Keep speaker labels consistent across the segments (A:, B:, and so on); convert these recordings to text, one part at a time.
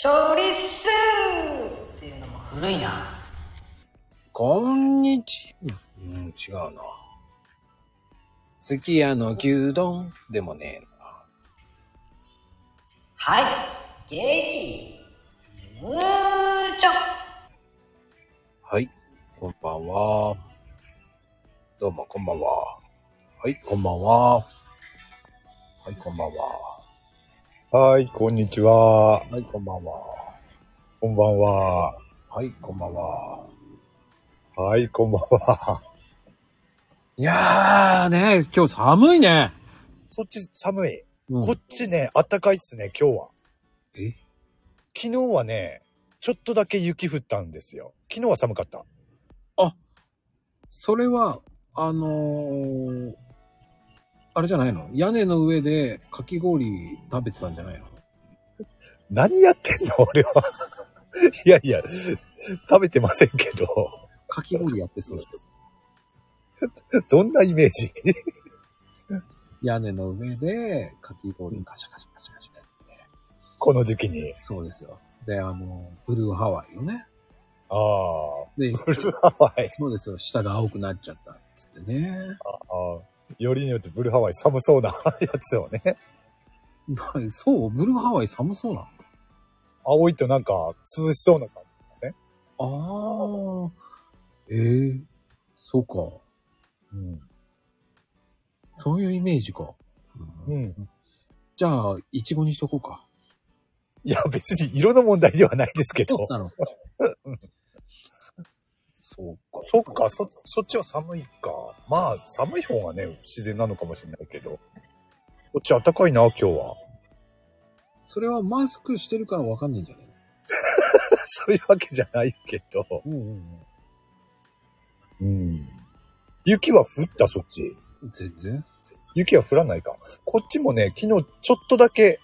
A: 処理数っていうのも古いな。
B: こんにちは。うん、違うな。すき家の牛丼でもねえな。
A: はい。激ムーチョ
B: はい、こんばんは。どうも、こんばんは。はい、こんばんは。はい、こんばんは。
C: はい、こんにちは。
B: はい、こんばんは。
C: こんばんは。
B: はい、こんばんは。
C: はい、こんばんは。
B: いやーね、今日寒いね。
C: そっち寒い。
B: うん
C: こっちね、あったかいっすね、今日は。
B: え
C: 昨日はね、ちょっとだけ雪降ったんですよ。昨日は寒かった。
B: それは、あのー、あれじゃないの屋根の上でかき氷食べてたんじゃないの
C: 何やってんの 俺は。いやいや、食べてませんけど。
B: かき氷やってそうです。
C: どんなイメージ
B: 屋根の上でかき氷カシャカシャカシャカシャやってて。
C: この時期に。
B: そうですよ。で、あの、ブルーハワイよね。
C: ああ。
B: で、
C: ブルーハワイ。
B: そうですよ。下が青くなっちゃったっつってね。
C: ああ。よりによってブルーハワイ寒そうな やつをね。
B: なそうブルーハワイ寒そうな
C: 青いとなんか涼しそうな感
B: のああ。ええそうか。
C: じ。
B: そういうイメージか。
C: うん。うん。
B: じゃあ、イチゴにしとこうか。
C: いや、別に色の問題ではないですけど。
B: なの。そうか。
C: そっか、そ、そっちは寒いか。まあ、寒い方がね、自然なのかもしれないけど。こっち暖かいな、今日は。
B: それはマスクしてるからわかんないんじゃない
C: そういうわけじゃないけど。
B: うんうん
C: うん。雪は降った、そっち。
B: うん。全然。
C: 雪は降らないか。こっちもね、昨日ちょっとだけ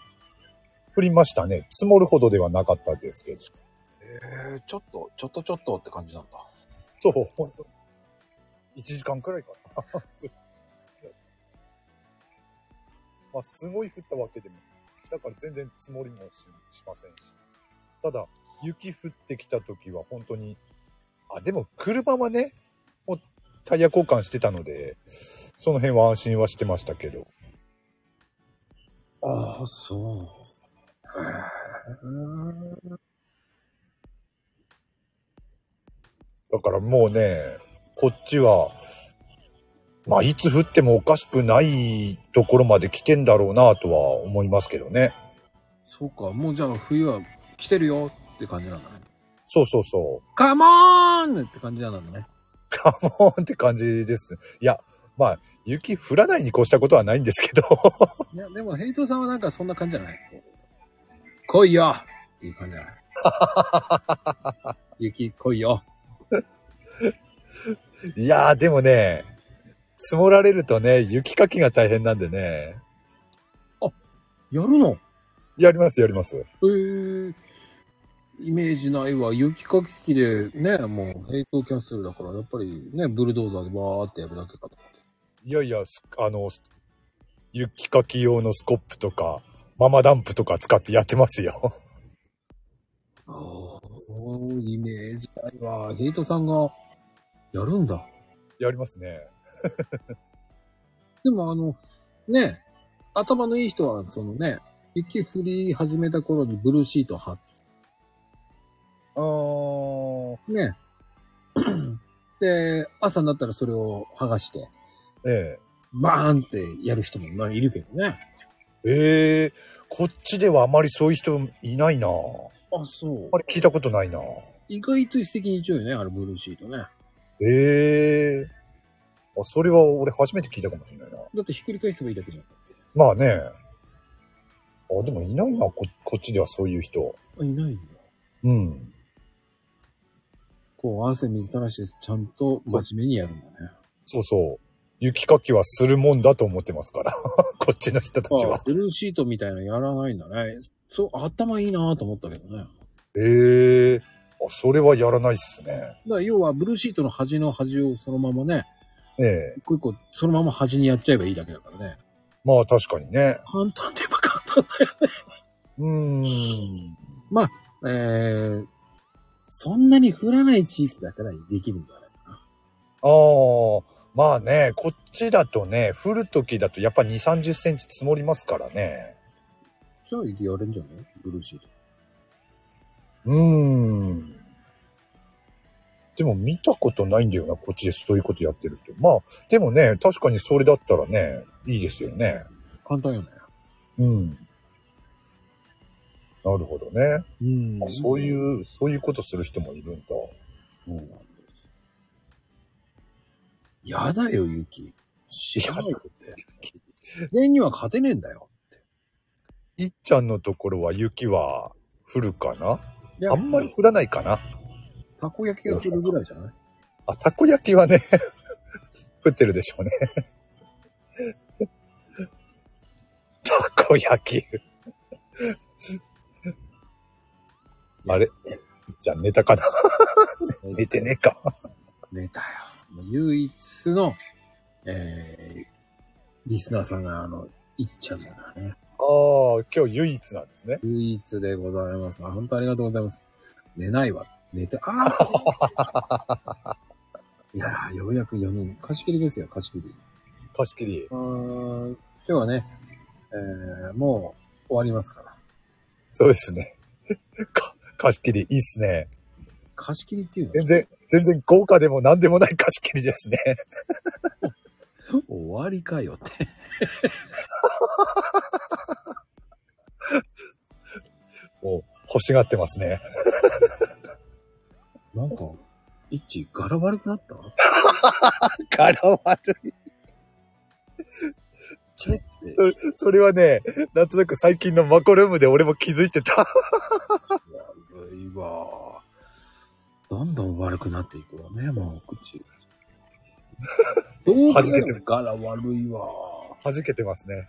C: 降りましたね。積もるほどではなかったですけど。
B: ええちょっと、ちょっとちょっとって感じなんだ。
C: そう、ほんと。1時間くらいかな。 まあ、すごい降ったわけでも、だから全然積もりもししませんし。ただ、雪降ってきた時は本当に、あ、でも車はね、もうタイヤ交換してたので、その辺は安心はしてましたけど。
B: ああ、そう。へえ。
C: だからもうね、こっちは、まあ、いつ降ってもおかしくないところまで来てんだろうなとは思いますけどね。
B: そうか。もうじゃあ冬は来てるよって感じなんだね。
C: そうそうそう。
B: カモーンって感じなんだね。
C: カモ ンって感じです。いや、まあ、雪降らないに越したことはないんですけど。
B: いや、でもヘイトさんはなんかそんな感じじゃない来いよっていう感 じじゃない雪来いよ。
C: いやー、でもね、積もられるとね、雪かきが大変なんでね。
B: やるの
C: やります、やります。
B: えー、イメージないわ。雪かき機でね、もうヘイトキャンセルだから、やっぱりね、ブルドーザーでバーってやるだけかと思って。
C: いやいや、すあの、雪かき用のスコップとか、ママダンプとか使ってやってますよ。
B: ああ、イメージないわ。ヘイトさんがやるんだ。
C: やりますね。
B: でもあの、ね、頭のいい人は、そのね、雪降り始めた頃にブルーシート貼って
C: うーん。
B: ね。 で、朝になったらそれを剥がして、
C: え
B: バーンってやる人も今いるけどね。
C: え。ええこっちではあまりそういう人いないなあ
B: あ、そう
C: ま。り聞いたことないな
B: 意外と一石二鳥よね、あのブルーシートね。
C: ええあ、それは俺初めて聞いたかもしれないな。
B: だってひっくり返せばいいだけじゃん。だって
C: まあね。あ、でもいないな、ここっちではそういう人。
B: あいないんだ。
C: うん。
B: こう、汗水垂らして、ちゃんと真面目にやるんだね。
C: そうそう。雪かきはするもんだと思ってますから。 こっちの人たち
B: あ
C: は。
B: ブルーシートみたいなのやらないんだね。そう、頭いいなと思ったけどね。だか
C: ええあ、それはやらないっすね。
B: ら要は、ブルーシートの端の端をそのままね、
C: ええ
B: 一個一個そのまま端にやっちゃえばいいだけだからね。
C: まあ確かにね。
B: 簡単といえば簡単だよ。
C: うーん。
B: まあ、 えー、そんなに降らない地域だからできるんじゃないかな。
C: ああ、まあね、こっちだとね、降る時だとやっぱ2、30センチ積もりますからね。
B: じゃあ、やるんじゃないブルーシート。
C: うーん。でも見たことないんだよな、こっちでそういうことやってる人。まあ、でもね、確かにそれだったらね、いいですよね。
B: 簡単よね。
C: うん。なるほどね。
B: うん
C: あそう
B: う。
C: いう、そういうことする人もいるんだ。
B: そうなんです。やだよ、雪。知らないって。全員には勝てねえんだよ。
C: いっちゃんのところは雪は降るかない
B: や
C: あんまり。降らないかな
B: たこ焼きが来るぐらいじゃない
C: あ、たこ焼きはね、 降ってるでしょうね。 たこ焼き。あれじゃあ寝たかな寝てねえか。
B: ネタよ。もう唯一の、えー、リスナーさんが、あの、いっちゃんだからね。
C: ああ、今日唯一なんですね。
B: 唯一でございます。あ、本当ありがとうございます。寝ないわ。寝て、ああ いやー、ようやく4人。貸し切りですよ、貸し切り。
C: 貸し切り
B: う。ーん、今日はね、えー、もう終わりますから。
C: そうですね。か貸し切り、いいっすね。
B: 貸し切りっていうのは
C: 全然、全然豪華でも何でもない貸し切りですね。
B: 終わりかよって。
C: もう欲しがってますね。
B: なんか、いっち、柄悪くなった
C: 柄悪い。
B: チェって。
C: それはね、なんとなく最近のマコルームで俺も気づいてた。
B: 悪いわ。どんどん悪くなっていくわね、もう口。どう考えても柄悪いわ。
C: 弾けてますね。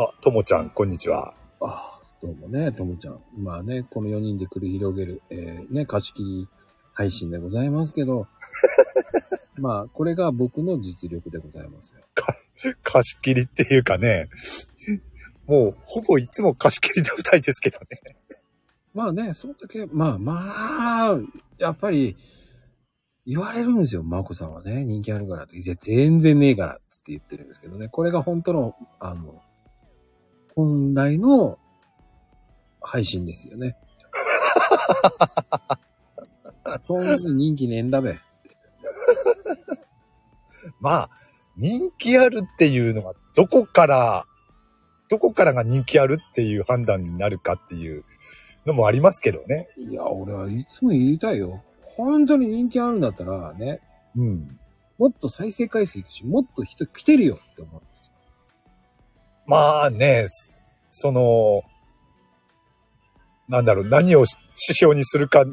C: あ、ともちゃん、こんにちは。
B: ああ、どうもね、ともちゃん。まあね、この4人で繰り広げる、えーね、貸し切り配信でございますけど、まあ、これが僕の実力でございますよ。
C: 貸し切りっていうかね、もうほぼいつも貸し切りの舞台ですけどね。
B: まあね、そのだけ、まあまあ、やっぱり、言われるんですよ。マコさんはね、人気あるからって。いや、全然ねえから、つって言ってるんですけどね。これが本当の、あの、本来の配信ですよ ね。そんなに人気ねえんだべ。
C: まあ、人気あるっていうのがどこから、どこからが人気あるっていう判断になるかっていうのもありますけどね。
B: いや、俺はいつも言いたいよ。本当に人気あるんだったらね、
C: うん。
B: もっと再生回数いくし、もっと人来てるよって思うんですよ。
C: まあね、そその、なんだろう、何を指標にするか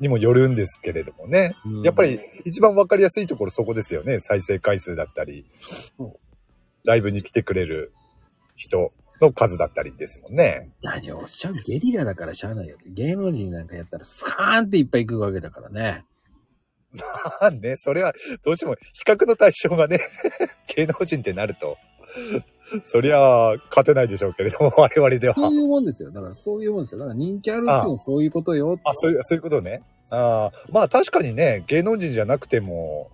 C: にもよるんですけれどもね。やっぱり一番わかりやすいところそこですよね。再生回数だったり
B: うん、
C: ライブに来てくれる人の数だったりですもんね。
B: 何をおっしゃるゲリラだからしゃあないよって。芸能人なんかやったらスカーンっていっぱい行くわけだからね。
C: まあね、それはどうしても比較の対象がね、芸能人ってなると、そりゃあ勝てないでしょうけれども、我々では。
B: そういうもんですよ。だからそういうもんですよ。だから人気あるっていうのはそういうことよ。
C: あ、そういう、そういうことね。あーまあ確かにね、芸能人じゃなくても、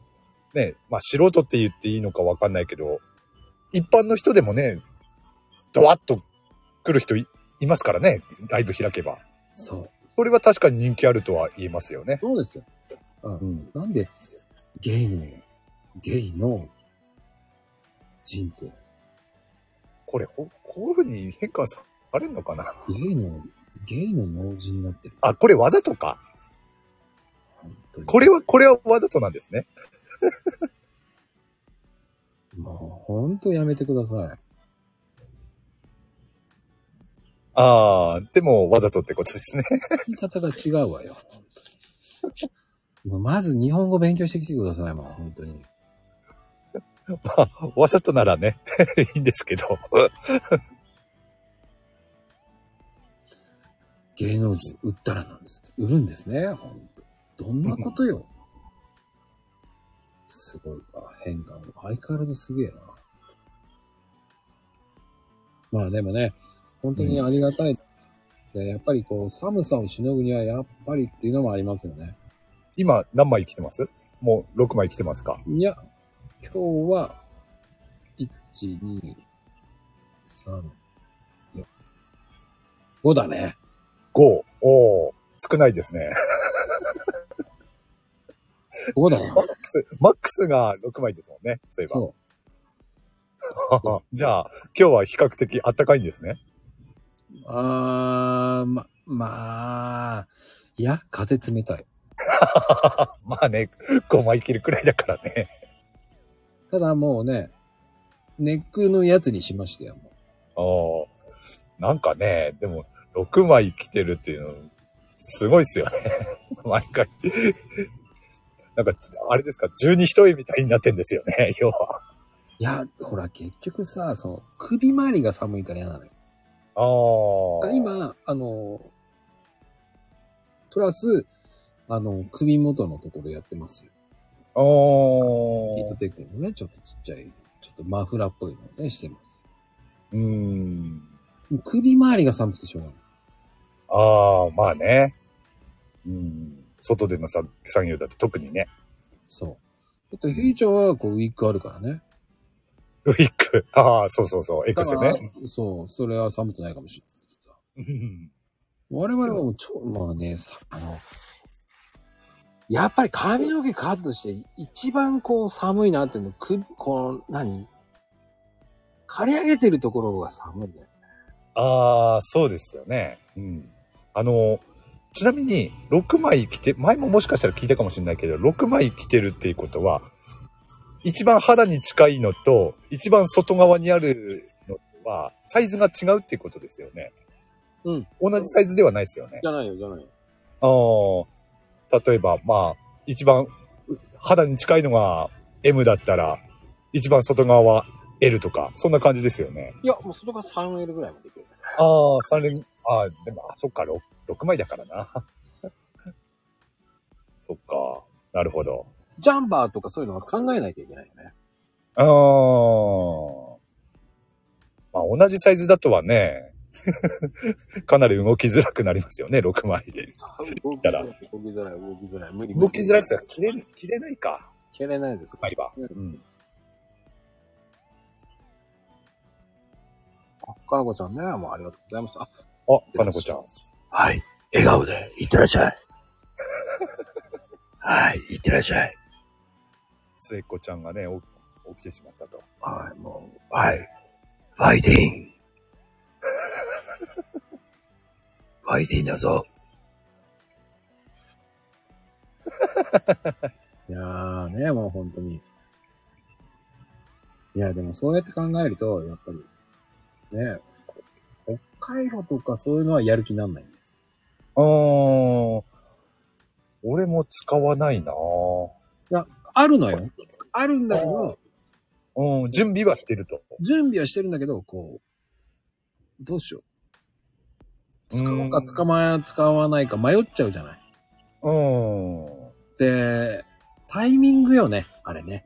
C: ね、まあ素人って言っていいのかわかんないけど、一般の人でもね、ドワッと来る人いいますからね、ライブ開けば。
B: そう。
C: それは確かに人気あるとは言えますよね。
B: そうですよ。あ
C: うん。
B: なんで、ゲイの、ゲイの人って、
C: これ、ほこういうふうに変換されるのかな
B: ゲイの、ゲイの脳人になってる。
C: あ、これわざとか。
B: 本当に
C: これは、これはわざとなんですね。
B: もう本当やめてください。
C: ああ、でもわざとってことですね。
B: 言い方が違うわよ。本当に もうまず日本語勉強してきてください、もう本当に。
C: まあ、わざとならね、 いいんですけど。
B: 芸能人売ったらなんですって売るんですねほんとどんなことよすごいわ変換相変わらずすげえなまあでもね本当にありがたい。で、やっぱりこう、寒さをしのぐには、やっぱりっていうのもありますよね。
C: 今、何枚来てますもう6枚来てますか
B: いや、今日は、1、2、3、4、5だね。
C: ?5。おー、少ないです ね。
B: 5だよ
C: マ。ックス、マックスが6枚ですもんね。そういえば。
B: そ
C: じゃあ、今日は比較的暖かいんですね。
B: う。あー、ま、まあ、いや、風冷たい。
C: まあね、5枚切るくらいだからね。
B: ただもうね、ネックのやつにしましたよ、もう。
C: おなんかね、でも、6枚来てるっていうの、すごいっすよね。 毎回。なんか、あれですか、十二一重みたいになってんですよね、要は。
B: いや、ほら、結局さ、その、首周りが寒いから嫌なのよ。
C: ああ。
B: 今、あの、プラス、あの、首元のところやってますよ。
C: あー
B: ヒートテックのね、ちょっとちっちゃい、ちょっとマフラーっぽいのね、してます。
C: うー
B: も
C: ん。
B: う首周りが寒くてしょうがない。
C: ああ、まあね。うん。外でのさ作業だと特にね。
B: そう。だって、ヘイちゃんは、こう、ウィッグあるからね。
C: ウィッグ。 ああ、そうそうそう。
B: だ
C: X
B: か
C: ね
B: ら。そう、それは寒くないかもしれないけどさ。
C: うん
B: 我々はもう、ちょ、まあね、さ、あの、やっぱり髪の毛カットして、一番こう、寒いなっていうの、く、この、何刈り上げてるところが寒いんだよ。
C: ああ、そうですよね。うん。あの、ちなみに、6枚着て、前ももしかしたら聞いたかもしれないけど、6枚着てるっていうことは、一番肌に近いのと、一番外側にあるのとは、サイズが違うっていうことですよね。
B: うん。
C: 同じサイズではないですよね。
B: じゃないよ、じゃないよ。
C: ああ、例えば、まあ、一番う肌に近いのが M だったら、一番外側は L とか、そんな感じですよね。
B: いや、もうそれが 3L ぐらいまでいける。
C: ああ、3連、ああ、でも、あそっか、6、6枚だからな。 そっか、なるほど。
B: ジャンバーとかそういうのは考えないといけないよね。
C: ああ、まあ、同じサイズだとはね、 かなり動きづらくなりますよね、6枚で。
B: 動きづらい、動きづらい、動きづらい。無理無理
C: 動きづらいですが、切れ、切れないか、
B: 蹴れないです。
C: 6枚は。
B: うん。あ、かなこちゃんね、もうありがとうございます。あ、
C: あ、かなこちゃん。
A: はい。笑顔で、いってらっしゃい。はい、いってらっしゃい。
C: 末っ子ちゃんがね、お起きてしまったと。
A: はい、もう、はい。ファイティン。ファイティンだぞ。
B: いやーね、もう本当に。いや、でもそうやって考えると、やっぱり、ね、北海道とかそういうのはやる気になんないんですよ。
C: あー、俺も使わないな
B: あるのよ。あるんだけど、
C: うん、準備はしてると。
B: 準備はしてるんだけど、こう、どうしよう。使おうか
C: うん
B: 使わ使わないか迷っちゃうじゃない。
C: うーん。
B: で、タイミングよね、あれね。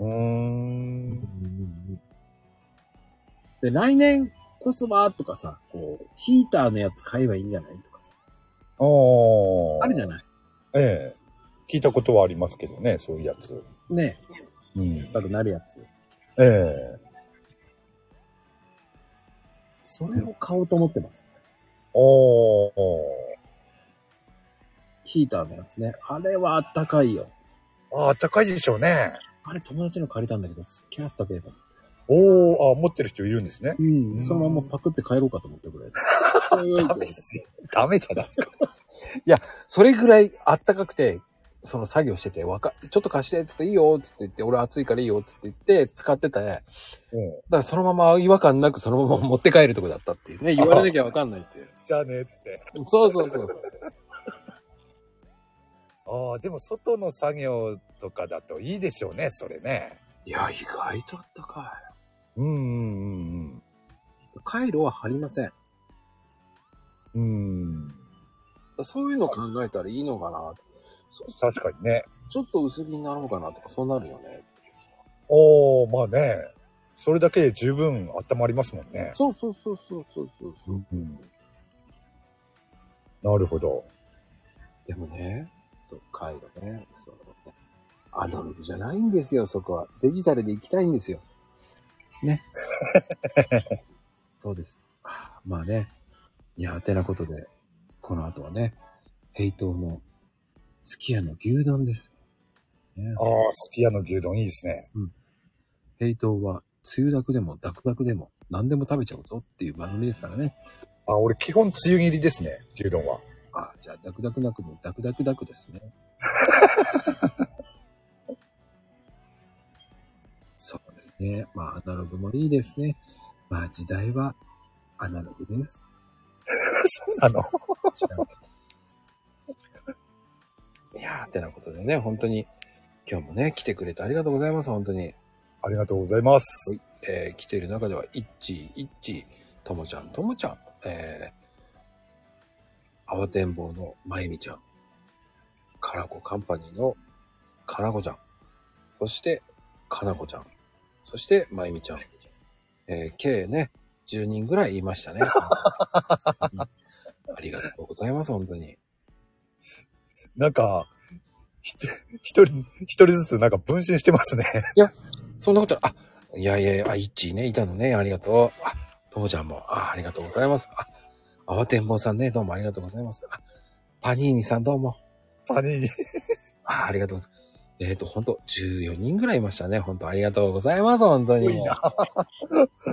C: うーん。
B: で、来年こそはとかさ、こう、ヒーターのやつ買えばいいんじゃないとかさ、
C: ああ。
B: あるじゃ
C: ん。
B: ない
C: ええ。聞いたことはありますけどね、そういうやつ。
B: ねえ、
C: うん。
B: 高くなるやつ。
C: ええ。
B: それを買おうと思ってます。
C: おー。
B: ヒーターのやつね。あれはあったかいよ。
C: ああ、高いでしょうね。
B: あれ友達の借りたんだけど、すっげえあったけえと思っ
C: おー、あ持ってる人いるんですね。
B: て。うん。そのままパクって帰ろうかと思ってくれ。
C: ダメですよ。ダメじゃないですか。
B: それぐらいあったかくて、その作業してて、わか、ちょっと貸してって言っていいよって言って、俺暑いからいいよって言って、使ってたね。
C: うん。
B: だからそのまま違和感なくそのまま持って帰るとこだったっていうね。言われなきゃわかんないっていう。
C: じゃあね、つって。
B: そうそうそう。
C: ああ、でも外の作業とかだといいでしょうね、それね。
B: いや、意外とあったか
C: うんうん
B: い。回路は張りません。
C: うんうん。うん。
B: そういうの考えたらいいのかな。そうする
C: 確かにね。
B: とちょっと薄着になろうかなとか、そうなるよね。
C: おー、まあね。それだけで十分温まりますもんね。
B: そうそうそうそうそうそうそう。
C: うん。なるほど。
B: でもね、そう、カイロね、そのね、アナログじゃないんですよ、そこは。デジタルで行きたいんですよ。ね。 そうです。あまあね。いや、てなことで、この後はね、ヘイトの、すき家の牛丼です。ね、
C: ああ、すき家の牛丼いいですね。
B: ヘイトは、つゆだくでも、だくだくでも、何でも食べちゃうぞっていう番組ですからね。
C: あ、俺基本つゆ切りですね、牛丼は。
B: あ、じゃあ、ダクダクなくも、ダクダクダクです ね。そうですね。まあ、アナログもいいですね。まあ、時代はアナログです。
C: そうなの
B: いやー、てなことでね、本当に、今日もね、来てくれてありがとうございます、本当に。
C: ありがとうございます。
B: えー来ている中では、いっち、いっち、ともちゃん、ともちゃん、えー、慌てんぼうのまゆみちゃん、からこカンパニーのかなこちゃん、そして、かなこちゃん、そして、まゆみちゃん、えー、計ね、10人ぐらい言いましたね。うんありがとうございます、本当に。
C: なんか、ひ一人、一人ずつなんか分身してますね。
B: そんなことあ、いやいやいや、あ、いっちーね、いたのね、ありがとう。あ、ともちゃんも、あ、ありがとうございます。あ、あわてんぼうさんね、どうもありがとうございます。あ、パニーニさんどうも、
C: パニーニ。
B: あ、ありがとうございます。えっ、と、ほんと、14人ぐらいいましたね。ほんと、ありがとうございます、本当に。
C: 多いな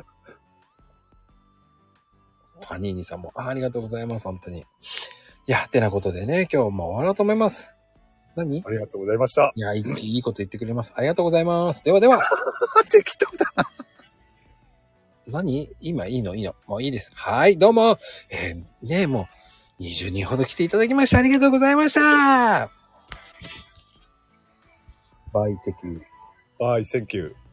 B: パニーニさんも、あ、ありがとうございます、本当に。いや、てなことでね、今日も終わろうと思います。何い
C: ありがとうございました。
B: や、いっちーいいこと言ってくれます。ありがとうございます。ではでは。
C: 適当だ。
B: 何今いいのいいのもういいです。はい、どうも。えーねえ、もう、20人ほど来ていただきましてありがとうございました。バイテキ
C: はい、センキュー。